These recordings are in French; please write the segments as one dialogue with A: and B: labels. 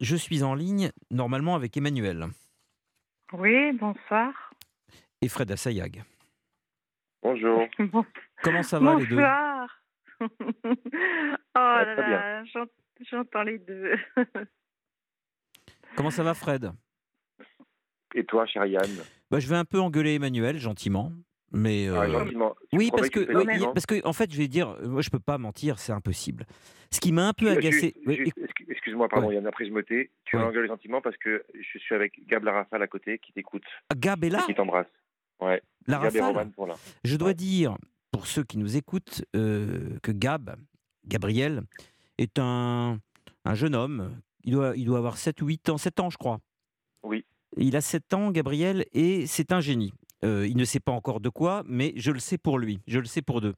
A: Je suis en ligne normalement avec Emmanuel
B: Oui, bonsoir.
A: et Fred Assayag.
C: Bonjour.
B: Bon-
A: Comment ça va les deux
B: bonsoir. oh là
C: très
B: là, j'en- j'entends les deux.
A: Comment ça va Fred
C: Et toi, chère Yann
A: bah, Je vais un peu engueuler Emmanuel gentiment, mais...
C: Ah,
A: euh,
C: gentiment. Tu
A: Oui,
C: promets
A: parce que,
C: tu fais
A: oui,
C: gentiment
A: il- parce que, en fait, je vais dire, euh, moi, je peux pas mentir, c'est impossible. Ce qui m'a un peu
C: Euh,
A: agacé.
C: juste-
A: Oui,
C: juste-
A: éc-
C: excu- Excuse-moi, pardon, Yann, après je me tais. Tu
A: Ouais.
C: engueules les sentiments parce que je suis avec Gab Larafal à côté qui t'écoute
A: Gab est là,
C: et qui t'embrasse. Ouais,
A: la
C: Gab et
A: rafale.
C: Roman sont là.
A: Je dois
C: Ouais.
A: dire, pour ceux qui nous écoutent, euh, que Gab, Gabriel, est un, un jeune homme. Il doit, il doit avoir 7 ou 8 ans, 7 ans, je crois.
C: Oui.
A: Il a 7 ans, Gabriel, et c'est un génie. Euh, il ne sait pas encore de quoi, mais je le sais pour lui, je le sais pour deux.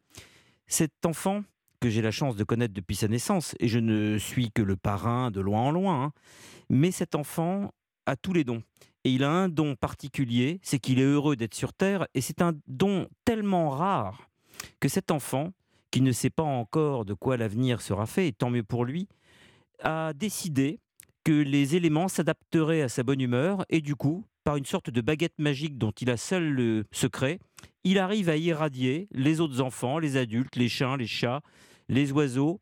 A: Cet enfant que j'ai la chance de connaître depuis sa naissance, et je ne suis que le parrain de loin en loin, hein, mais cet enfant a tous les dons. Et il a un don particulier, c'est qu'il est heureux d'être sur Terre, et c'est un don tellement rare que cet enfant, qui ne sait pas encore de quoi l'avenir sera fait, et tant mieux pour lui, a décidé que les éléments s'adapteraient à sa bonne humeur, et du coup, par une sorte de baguette magique dont il a seul le secret, il arrive à irradier les autres enfants, les adultes, les chiens, les chats, les oiseaux.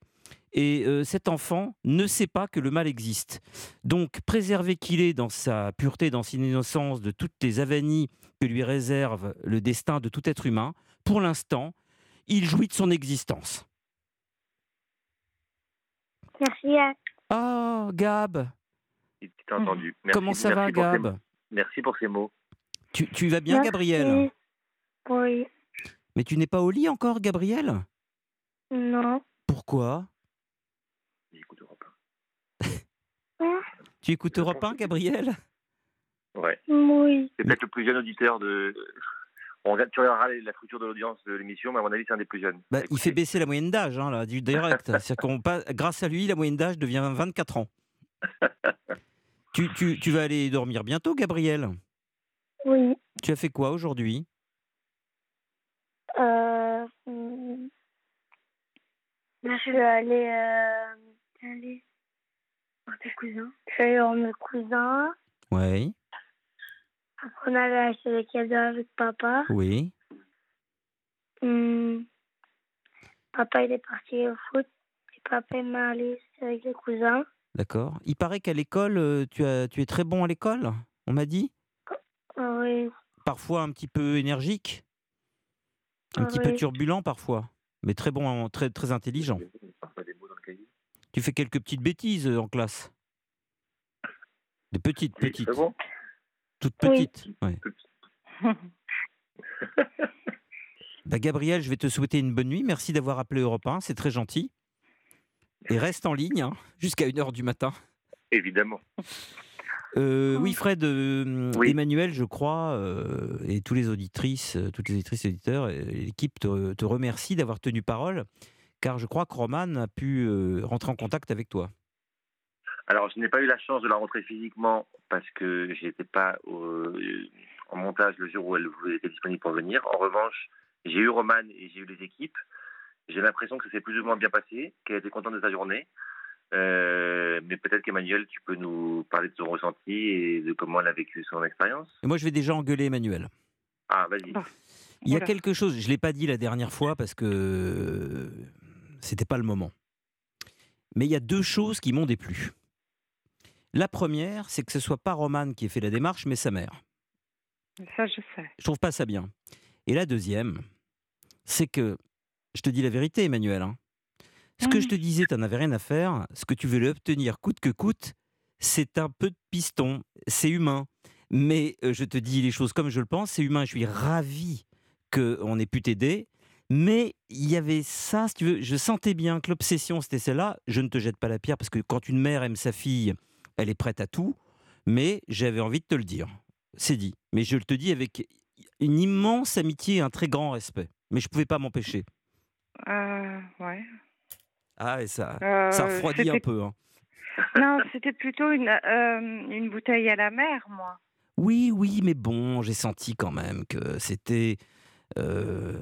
A: Et euh, cet enfant ne sait pas que le mal existe. Donc, préservé qu'il est dans sa pureté, dans son innocence, de toutes les avanies que lui réserve le destin de tout être humain, pour l'instant, il jouit de son existence.
D: Merci à
A: Ah, Gab,
C: Il t'a entendu. Merci-
A: comment ça va,
C: merci pour ces-
A: Gab
C: Merci pour ces mots.
A: tu, tu vas bien,
D: Merci.
A: Gabriel
D: Oui.
A: Mais tu n'es pas au lit encore, Gabriel
D: Non.
A: Pourquoi
C: Il écoute Europe
A: Tu écoutes
C: Je
A: Europe
C: pense
A: 1,
C: que-
A: Gabriel
C: un. Ouais.
D: Oui.
A: Mmh.
C: C'est peut-être le plus jeune auditeur de. On regarde, tu regarderas la structure de l'audience de l'émission, mais à mon avis, c'est un des plus jeunes.
A: Bah, Il
C: Écoutez,
A: fait baisser la moyenne d'âge, hein, là, du direct. C'est-à-dire qu'on passe- grâce à lui, la moyenne d'âge devient 24 ans. tu, tu- tu vas aller dormir bientôt, Gabriel
D: Oui.
A: Tu as fait quoi aujourd'hui
D: Euh... hmm. Je suis allée... Euh... Allez. Voir tes cousins. Je suis allée voir mes cousins.
A: Oui,
D: On allait acheter des cadeaux avec papa.
A: oui.
D: Hmm. Papa, il est parti au foot. Et papa, il m'a allée avec les cousins.
A: D'accord. Il paraît qu'à l'école, euh, tu, as- tu es très bon à l'école, on m'a dit.
D: Oui.
A: Parfois un petit peu énergique, un
D: Ah
A: petit peu
D: oui.
A: turbulent parfois, mais très bon, en- très, très intelligent.
C: parfois des mots dans le cahier.
A: Tu fais quelques petites bêtises euh, en classe. Des petites,
C: Oui,
A: petites,
C: c'est bon
A: toutes
D: Oui.
A: petites. ouais. Bah, Gabriel, je vais te souhaiter une bonne nuit. Merci d'avoir appelé Europe 1, c'est très gentil. Et reste en ligne hein, jusqu'à 1h du matin.
C: Évidemment.
A: Euh,
D: Ah.
A: oui, Fred, euh,
C: Oui.
A: Emmanuel, je crois, euh, et tous les auditrices, euh, toutes les auditrices et auditeurs, et l'équipe te, te remercie d'avoir tenu parole, car je crois que Roman a pu euh, rentrer en contact avec toi.
C: Alors, je n'ai pas eu la chance de la rencontrer physiquement parce que j'étais pas au- euh, en montage le jour où elle était disponible pour venir. En revanche, j'ai eu Roman et j'ai eu les équipes. J'ai l'impression que ça s'est plus ou moins bien passé, qu'elle était contente de sa journée. Euh, mais peut-être qu'Emmanuel, tu peux nous parler de son ressenti et de comment elle a vécu son expérience.
A: Et moi, je vais déjà engueuler Emmanuel.
C: Ah, vas-y.
B: Bon.
A: Il y a
B: Oula.
A: quelque chose, je ne l'ai pas dit la dernière fois parce que euh, c'était pas le moment. Mais il y a deux choses qui m'ont déplu. La première, c'est que ce soit pas Roman qui ait fait la démarche, mais sa mère.
B: Ça, je sais.
A: Je trouve pas ça bien. Et la deuxième, c'est que je te dis la vérité, Emmanuel. hein. Ce que je te disais, tu n'en avais rien à faire. Ce que tu voulais obtenir coûte que coûte, c'est un peu de piston. C'est humain. Mais euh, je te dis les choses comme je le pense. C'est humain. Je suis ravi qu'on ait pu t'aider. Mais il y avait ça, si tu veux. Je sentais bien que l'obsession, c'était celle-là. Je ne te jette pas la pierre parce que quand une mère aime sa fille, elle est prête à tout. Mais j'avais envie de te le dire. C'est dit. Mais je te dis avec une immense amitié et un très grand respect. Mais je ne pouvais pas m'empêcher.
B: Euh, ouais.
A: Ah, et ça,
B: Euh,
A: ça refroidit un
B: c'était-
A: peu. hein.
B: Non, c'était plutôt une, euh, une bouteille à la mer, moi.
A: Oui, oui, mais bon, j'ai senti quand même que c'était. euh,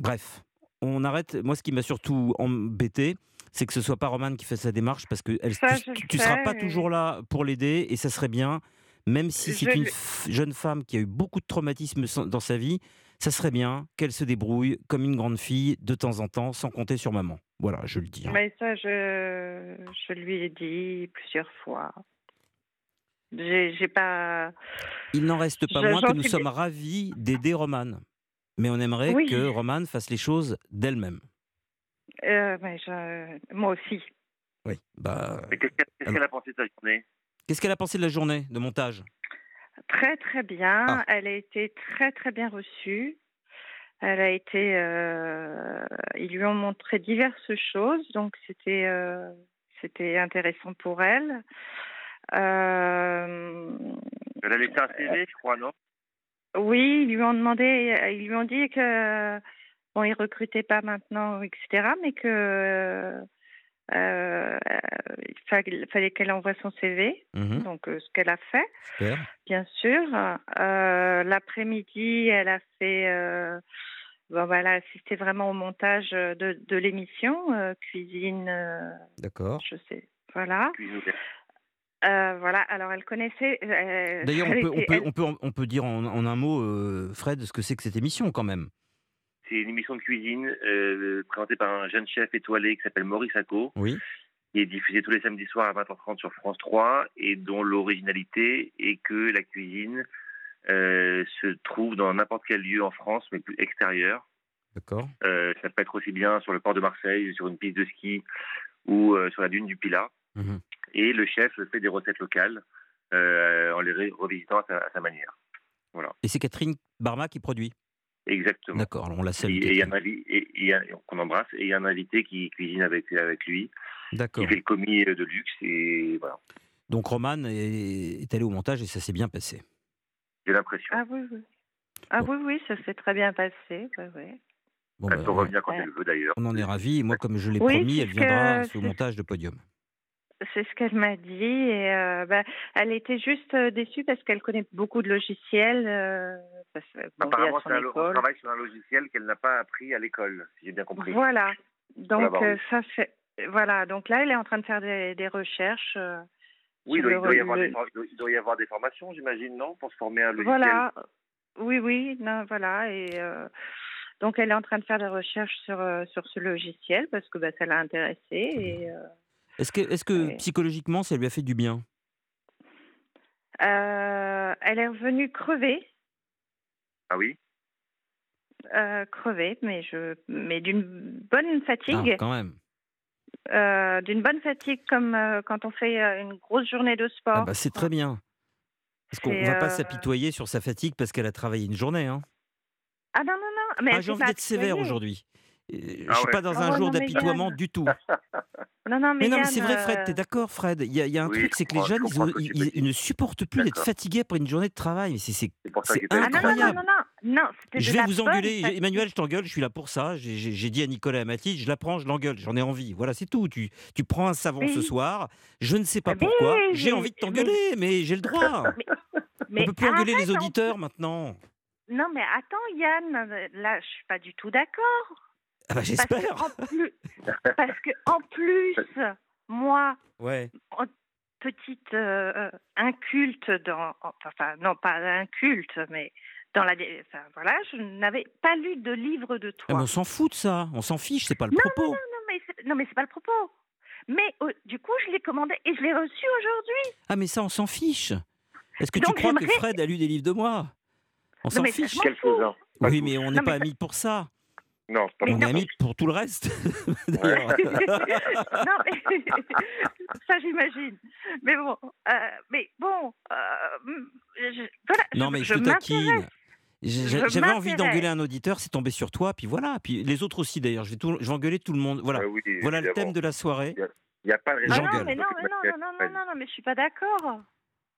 A: Bref, on arrête. Moi, ce qui m'a surtout embêté, c'est que ce soit pas Romane qui fasse sa démarche parce que elle-
B: Ça, je
A: tu,
B: le
A: tu seras
B: sais,
A: pas
B: mais-
A: toujours là pour l'aider et ça serait bien, même si
B: Je
A: c'est une
B: l'ai-
A: f- jeune femme qui a eu beaucoup de traumatismes sans- dans sa vie, ça serait bien qu'elle se débrouille comme une grande fille de temps en temps, sans compter sur maman. Voilà, je le dis. hein.
B: Mais ça, je, je lui ai dit plusieurs fois. J'ai j'ai pas.
A: Il n'en reste pas
B: Je-
A: moins que nous
B: j'anticipe.
A: sommes ravis d'aider Romane, mais on aimerait
B: Oui.
A: que Romane fasse les choses d'elle-même.
B: euh, mais je- moi aussi.
A: Oui. Bah,
C: Mais Qu'est-ce qu'elle qu'est-ce qu'elle a pensé de sa journée
A: qu'est-ce qu'elle a pensé de la journée de montage
B: Très très bien.
A: Ah.
B: Elle a été très très bien reçue. Elle a été. euh, ils lui ont montré diverses choses, donc c'était euh, c'était intéressant pour elle. Euh,
C: Elle a laissé un CV, je crois, non
B: oui, ils lui ont demandé, ils lui ont dit que bon, ils recrutaient pas maintenant, etc., mais que euh, euh, il fallait- fallait qu'elle envoie son CV,
A: Mhm,
B: donc euh, ce qu'elle a fait.
A: Super.
B: Bien sûr. Euh, L'après-midi, elle a fait. euh, bon, bah, elle a assisté vraiment au montage euh, de, de l'émission, euh, cuisine, euh,
A: D'accord.
B: je sais. Voilà.
C: Puis nous-
B: Euh, voilà. Alors, elle connaissait. euh,
A: D'ailleurs, on
B: elle
A: peut, on,
B: était-
A: peut,
B: elle-
A: on, peut, on peut dire en, en un mot, euh, Fred, ce que c'est que cette émission quand même.
C: C'est une émission de cuisine euh, présentée par un jeune chef étoilé qui s'appelle Maurice Acco,
A: Oui.
C: qui est diffusé tous les samedis soirs à 20h30 sur France 3 et dont l'originalité est que la cuisine euh, se trouve dans n'importe quel lieu en France, mais plus extérieur.
A: D'accord.
C: Euh, ça peut être aussi bien sur le port de Marseille, sur une piste de ski ou euh, sur la dune du Pilat.
A: Mhm.
C: Et le chef fait des recettes locales euh, en les ré- revisitant à sa, à sa manière.
A: Et c'est Catherine Barma qui produit.
C: Exactement.
A: D'accord, alors on la salue.
C: Et- Et il y a un
A: Catherine.
C: invi- et- et il y a- qu'on embrasse, et il y a un invité qui cuisine avec, avec lui,
A: D'accord.
C: qui fait le commis euh, de luxe, et voilà,
A: Donc Romane est, est allée au montage et ça s'est bien passé.
C: j'ai l'impression.
B: Ah oui, oui. Ah oui, oui, ça s'est très bien passé. oui, oui.
A: Bon,
C: Elle
A: bah,
C: peut revenir quand
B: Voilà.
C: elle veut d'ailleurs.
A: on en est ravis. Et moi, comme je l'ai
B: Oui,
A: promis,
B: c'est
A: elle
B: ce
A: viendra
B: que-
A: à ce
B: c'est-
A: montage de podium.
B: C'est ce qu'elle m'a dit. Et euh, bah, elle était juste euh, déçue parce qu'elle connaît beaucoup de logiciels. euh, parce que, bon,
C: Bah, Apparemment,
B: via son
C: c'est un lo- on
B: école.
C: travaille sur un logiciel qu'elle n'a pas appris à l'école, si j'ai bien compris.
B: Voilà. Donc
C: l'avoir
B: euh,
C: eu.
B: ça fait voilà. Donc là, elle est en train de faire des, des recherches. euh,
C: Oui,
B: sur
C: il doit, il
B: le
C: doit y avoir
B: re-
C: des, for- il doit- il doit y avoir des formations, j'imagine, non Pour se former à un logiciel.
B: Voilà. Oui, oui. Non, voilà. Et euh, donc elle est en train de faire des recherches sur euh, sur ce logiciel parce que bah, ça l'a intéressée. Et, euh,
A: Est-ce que, est-ce que
B: Ouais.
A: psychologiquement, ça lui a fait du bien
B: euh, elle est revenue crevée,
C: Ah oui
B: euh, crevée, mais je mais d'une bonne
A: Ah,
B: fatigue,
A: quand même.
B: euh, d'une bonne fatigue comme euh, quand on fait euh, une grosse journée de sport.
C: Hein?
A: Ah bah, c'est très bien. Parce qu'on
B: C'est,
A: ne va pas
B: euh,
A: s'apitoyer sur sa fatigue parce qu'elle a travaillé une journée. hein.
B: Ah non non non. Mais
A: Ah,
B: elle
A: j'ai
B: s'est
A: envie
B: pas
A: d'être sévère
B: accompagnée.
A: aujourd'hui. Euh, je
C: Ah
A: suis
C: ouais.
A: pas dans
B: Ah
A: un
B: ouais,
A: jour
B: non, mais
A: d'apitoiement
B: Yann.
A: du tout.
B: Non non mais,
A: Mais non, mais
B: Yann,
A: c'est vrai, Fred,
B: euh,
A: t'es d'accord, Fred. Il y, a- il y a un
C: Oui,
A: truc,
C: je
A: c'est que les
C: comprends,
A: jeunes,
C: je
A: ils, ont-
C: comprends ce que tu
A: ils-
C: veux
A: ils ne supportent plus d'être
C: D'accord.
A: fatigués après une journée de travail. Mais c'est, c'est-
C: C'est pour ça
A: C'est
C: que j'étais-
B: Ah non, non, non, non,
A: Incroyable.
B: non, non, c'était de
A: Je vais
B: la
A: vous
B: bonne
A: engueuler.
B: fatigue.
A: Emmanuel, je t'engueule, je suis là pour ça. J'ai- J'ai j'ai dit à Nicolas et à Mathilde, je la prends, je l'engueule, j'en ai envie. Voilà, c'est tout. Tu, tu prends un savon ce
B: Oui.
A: soir, je ne sais pas
B: Mais
A: pourquoi, j'ai
B: j'ai-
A: envie de
B: mais-
A: t'engueuler, mais j'ai le droit. On
B: Mais
A: peut plus engueuler les
B: arrête, en-
A: auditeurs maintenant. Ah
B: Non, mais attends, Yann, euh, là, je suis pas du tout d'accord.
A: Ah bah
B: Parce que
A: j'espère.
B: en plus- Parce que, en plus, moi,
A: Ouais. Ah,
B: petite euh, inculte dans, enfin, non, pas inculte, mais dans la, enfin, voilà, je n'avais pas lu de livre de
A: Ah, mais
B: toi.
A: on s'en fout de ça. On s'en fiche, c'est pas le
B: Non,
A: propos.
B: Non, mais c'est- non, mais c'est pas le propos. Mais euh, du coup, je l'ai commandé et je l'ai reçu aujourd'hui.
A: Ah mais ça, on s'en fiche. Est-ce que tu
B: Donc,
A: crois que
B: j'aimerais-
A: Fred a lu des livres de moi On
B: Non,
A: s'en
B: mais
A: fiche.
B: franchement-
C: Quelques-uns. Pas
A: Oui,
C: tous.
A: mais on n'est
B: Non, mais
A: pas
B: ça-
A: amis pour ça.
C: Non, c'est pas
B: Mais
A: on
C: pour
A: est
C: ça.
A: amis pour tout le reste.
C: Ouais.
A: D'ailleurs.
B: non, mais ça j'imagine. Mais bon, euh, mais bon, euh, je, voilà,
A: Non,
B: je-
A: mais
B: je
A: je te
B: m'intéresse.
A: taquine. J'ai-
B: Je
A: j'ai- J'avais envie
B: m'intéresse.
A: d'engueuler un auditeur, c'est tombé sur toi, puis voilà. Puis les autres aussi d'ailleurs, je vais, tout- je vais engueuler tout le monde. Voilà,
C: Ah oui,
A: voilà le
C: évidemment.
A: thème de la soirée.
C: Il n'y a pas de raison.
B: Ah
A: J'engueule.
B: non, mais non, mais non, non, non, non, non, non, mais je suis pas
A: Bah,
B: d'accord.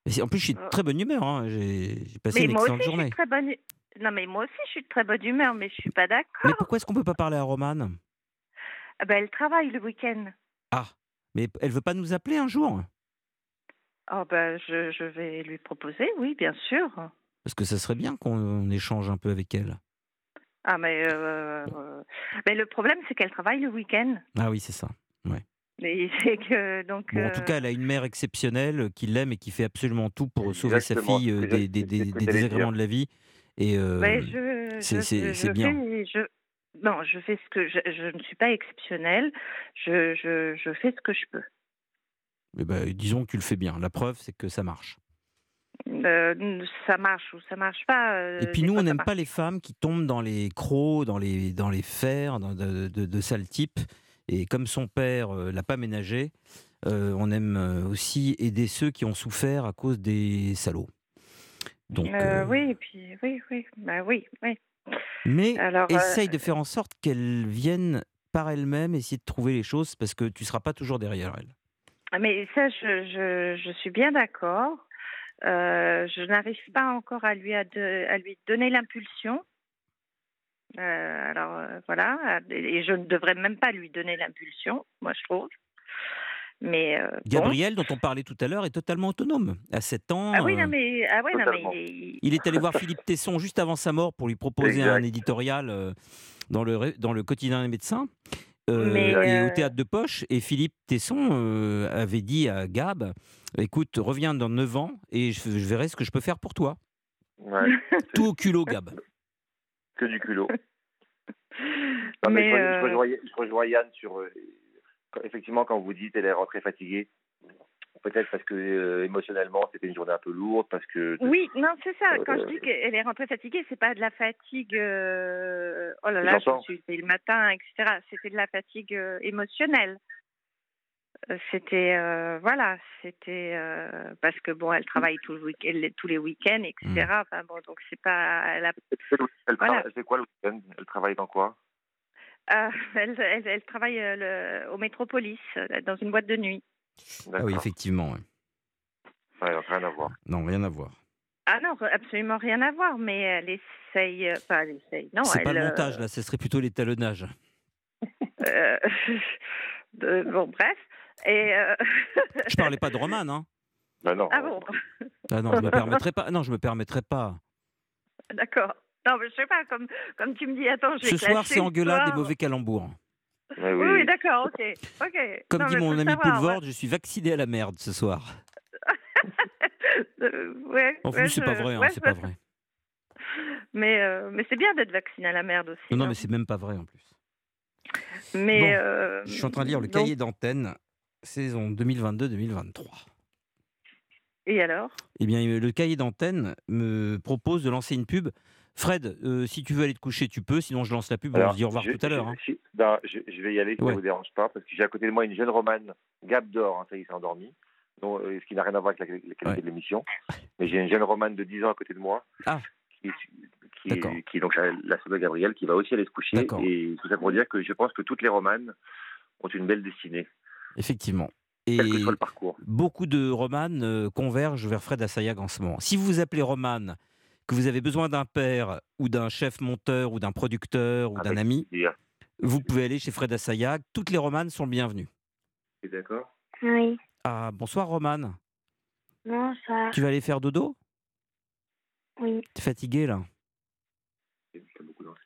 A: Et c'est- en plus, je suis de
B: Euh.
A: très bonne humeur, hein. j'ai j'ai passé
B: Mais
A: une
B: moi aussi,
A: excellente
B: je suis
A: journée.
B: de très bonne. Non, mais moi aussi, je suis de très bonne humeur, mais je suis pas
A: Mais
B: d'accord.
A: pourquoi est-ce qu'on peut pas parler à Romane
B: Ah ben, elle travaille le week-end.
A: Ah, mais elle veut pas nous appeler un jour
B: Oh ben, je, je vais lui proposer, oui, bien sûr.
A: Parce que ça serait bien qu'on on échange un peu avec elle.
B: Ah mais, euh, euh, mais le problème, c'est qu'elle travaille le week-end.
A: Ah oui, c'est ça. Ouais.
B: Et c'est que, donc,
A: Bon, en tout
B: euh,
A: cas, elle a une mère exceptionnelle qui l'aime et qui fait absolument tout pour sauver
C: Exactement,
A: sa fille euh,
C: c'est
A: des, des-
C: exact- c'est
A: des-
C: ce que
A: des
C: j'allais
A: désagréments de la vie. Et euh,
B: Ouais, Bah, Ben, je,
A: c'est-
B: je-
A: c'est-
B: je-
A: c'est
B: je
A: bien.
B: fais- je, non, je fais ce que je, je ne suis pas exceptionnelle. Je, je, je fais ce que je peux.
A: eh ben, disons que tu le fais bien. La preuve, c'est que ça marche.
B: Euh, ça marche ou ça marche pas. euh,
A: Et puis
B: des
A: nous,
B: fois,
A: on
B: ça
A: n'aime
B: marche.
A: pas les femmes qui tombent dans les crocs, dans les, dans les fers, dans de, de, de sales types. Et comme son père euh, l'a pas ménagé, euh, on aime euh, aussi aider ceux qui ont souffert à cause des salauds. Donc,
B: Euh,
A: euh,
B: Oui, et puis oui, oui, bah oui, oui.
A: Mais
B: Alors, euh,
A: essaye de faire en sorte qu'elle vienne par elle-même essayer de trouver les choses parce que tu seras pas toujours derrière elle.
B: Mais ça, je, je, je suis bien d'accord. Euh, je n'arrive pas encore à lui, à, de- à lui donner l'impulsion. Euh, alors euh, voilà, et je ne devrais même pas lui donner l'impulsion, moi je trouve. Mais euh, bon.
A: Gabriel, dont on parlait tout à l'heure, est totalement autonome. À 7 ans,
B: Ah oui,
A: euh,
B: non mais ah oui, non, mais
C: Totalement.
B: il est-
A: il est allé voir Philippe Tesson juste avant sa mort pour lui proposer
C: Exact.
A: un éditorial euh, dans le, ré- dans le quotidien des médecins. euh,
B: Mais,
A: et au
B: euh,
A: théâtre de poche, et Philippe Tesson euh, avait dit à Gab Écoute, reviens dans 9 ans et je, je verrai ce que je peux faire pour toi.
C: Ouais,
A: Tout au culot, Gab.
C: que du culot. Non,
B: Mais,
C: mais je, re- je
B: euh,
C: rejoins, je rejoins Yann sur. euh, quand- effectivement, quand vous dites elle est rentrée fatiguée, peut-être parce que euh, émotionnellement c'était une journée un peu lourde, parce que.
B: Oui, non, c'est ça. Quand
C: Euh,
B: je dis qu'elle est rentrée fatiguée, c'est pas de la fatigue. euh, Oh là là, je
C: J'entends.
B: me suis fait le matin, etc. C'était de la fatigue euh, émotionnelle. Euh, C'était euh, voilà, c'était euh, parce que bon, elle travaille tout le week- elle- tous les week-ends, etc.
A: Mm.
B: Enfin bon, donc c'est pas, elle, a-
C: Elle, elle tra-
B: Voilà.
C: elle fait quoi le week-end Elle travaille dans quoi
B: euh, elle, elle- elle travaille euh, le- au Métropolis euh, dans une boîte de nuit.
A: Ah
C: D'accord.
A: oui, effectivement. ouais.
C: Ouais, donc rien à voir.
A: Non, rien à voir.
B: Ah non, absolument rien à voir, mais elle essaye, euh, enfin elle essaye. Non,
A: C'est pas
B: elle,
A: le
B: euh,
A: montage, là, ce serait plutôt l'étalonnage.
B: Euh, de- bon, bref. Et euh,
A: Je parlais pas de Roman, hein.
C: Bah non.
B: ah bon,
A: Ah non, je me permettrais pas. Non, je me permettrais pas.
B: d'accord. Non, mais je sais pas, comme, comme tu me dis, attends, je vais
A: Ce soir,
B: clasher
A: c'est engueulade et
B: l'histoire.
A: mauvais calembours.
C: Ouais,
B: Oui,
C: oui.
B: oui, d'accord, ok. ok.
A: Comme
B: Non,
A: dit
B: mais
A: mon
B: faut
A: ami
B: savoir, hein.
A: Poulvord, je suis vacciné à la merde ce soir.
B: ouais. Euh, ouais,
A: En
B: ouais,
A: plus, c'est pas
B: je-
A: vrai, hein,
B: ouais,
A: c'est
B: je-
A: pas vrai.
B: Mais, euh, mais c'est bien d'être vacciné à la merde aussi.
A: Non, non,
B: hein.
A: mais c'est même pas vrai en plus.
B: mais
A: bon,
B: euh,
A: Je suis en train de lire le
B: donc-
A: cahier d'antenne, saison 2022-2023.
B: Et alors
A: Eh bien, euh, le cahier d'antenne me propose de lancer une pub. Fred, euh, si tu veux aller te coucher, tu peux, sinon je lance la pub, on
C: Alors,
A: se dit au revoir
C: je-
A: tout à l'heure. hein.
C: Je, non, je, je vais y aller si
A: Ouais.
C: ça vous dérange pas, parce que j'ai à côté de moi une jeune romane, Gab d'Or, hein, ça y est, c'est endormi, donc, euh, ce qui n'a rien à voir avec la, la qualité
A: Ouais.
C: de l'émission. Mais j'ai une jeune romane de 10 ans à côté de moi,
A: Ah.
C: qui, qui,
A: D'accord.
C: qui est donc la, la sœur de Gabriel, qui va aussi aller se coucher.
A: D'accord.
C: Et tout ça pour dire que je pense que toutes les romanes ont une belle destinée,
A: hein. Effectivement. Et
C: quel que soit le parcours.
A: beaucoup de romanes euh, convergent vers Fred Assayag en ce moment. Si vous vous appelez romane, que vous avez besoin d'un père ou d'un chef monteur ou d'un producteur ou d'un
C: Avec
A: ami,
C: plaisir.
A: vous pouvez aller chez Fred Assayag. Toutes les romanes sont le bienvenues.
C: T'es D'accord
D: Oui.
A: Ah, bonsoir Romane.
D: Bonsoir.
A: Tu vas aller faire dodo
D: Oui,
A: T'es fatigué là
C: T'as beaucoup dansé.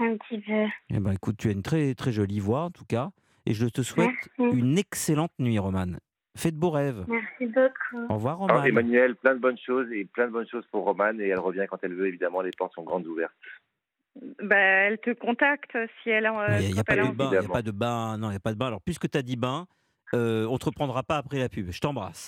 D: un petit peu.
A: Eh ben écoute, tu as une très très jolie voix en tout cas. Et je te souhaite
D: Merci.
A: une excellente nuit Romane. Fais de beaux rêves.
D: Merci beaucoup.
A: Au revoir
C: Alors,
A: Romane.
C: Emmanuel, plein de bonnes choses et plein de bonnes choses pour Romane et elle revient quand elle veut évidemment les portes sont grandes ouvertes.
B: bah, Elle te contacte si elle en. euh,
A: Il n'y a,
B: quand
A: pas
B: elle
A: de
B: en-
A: bain, il y a
C: évidemment.
A: pas de bain, non, il n'y a pas de bain. Alors puisque tu as dit bain, euh, on te reprendra pas après la pub. Je t'embrasse.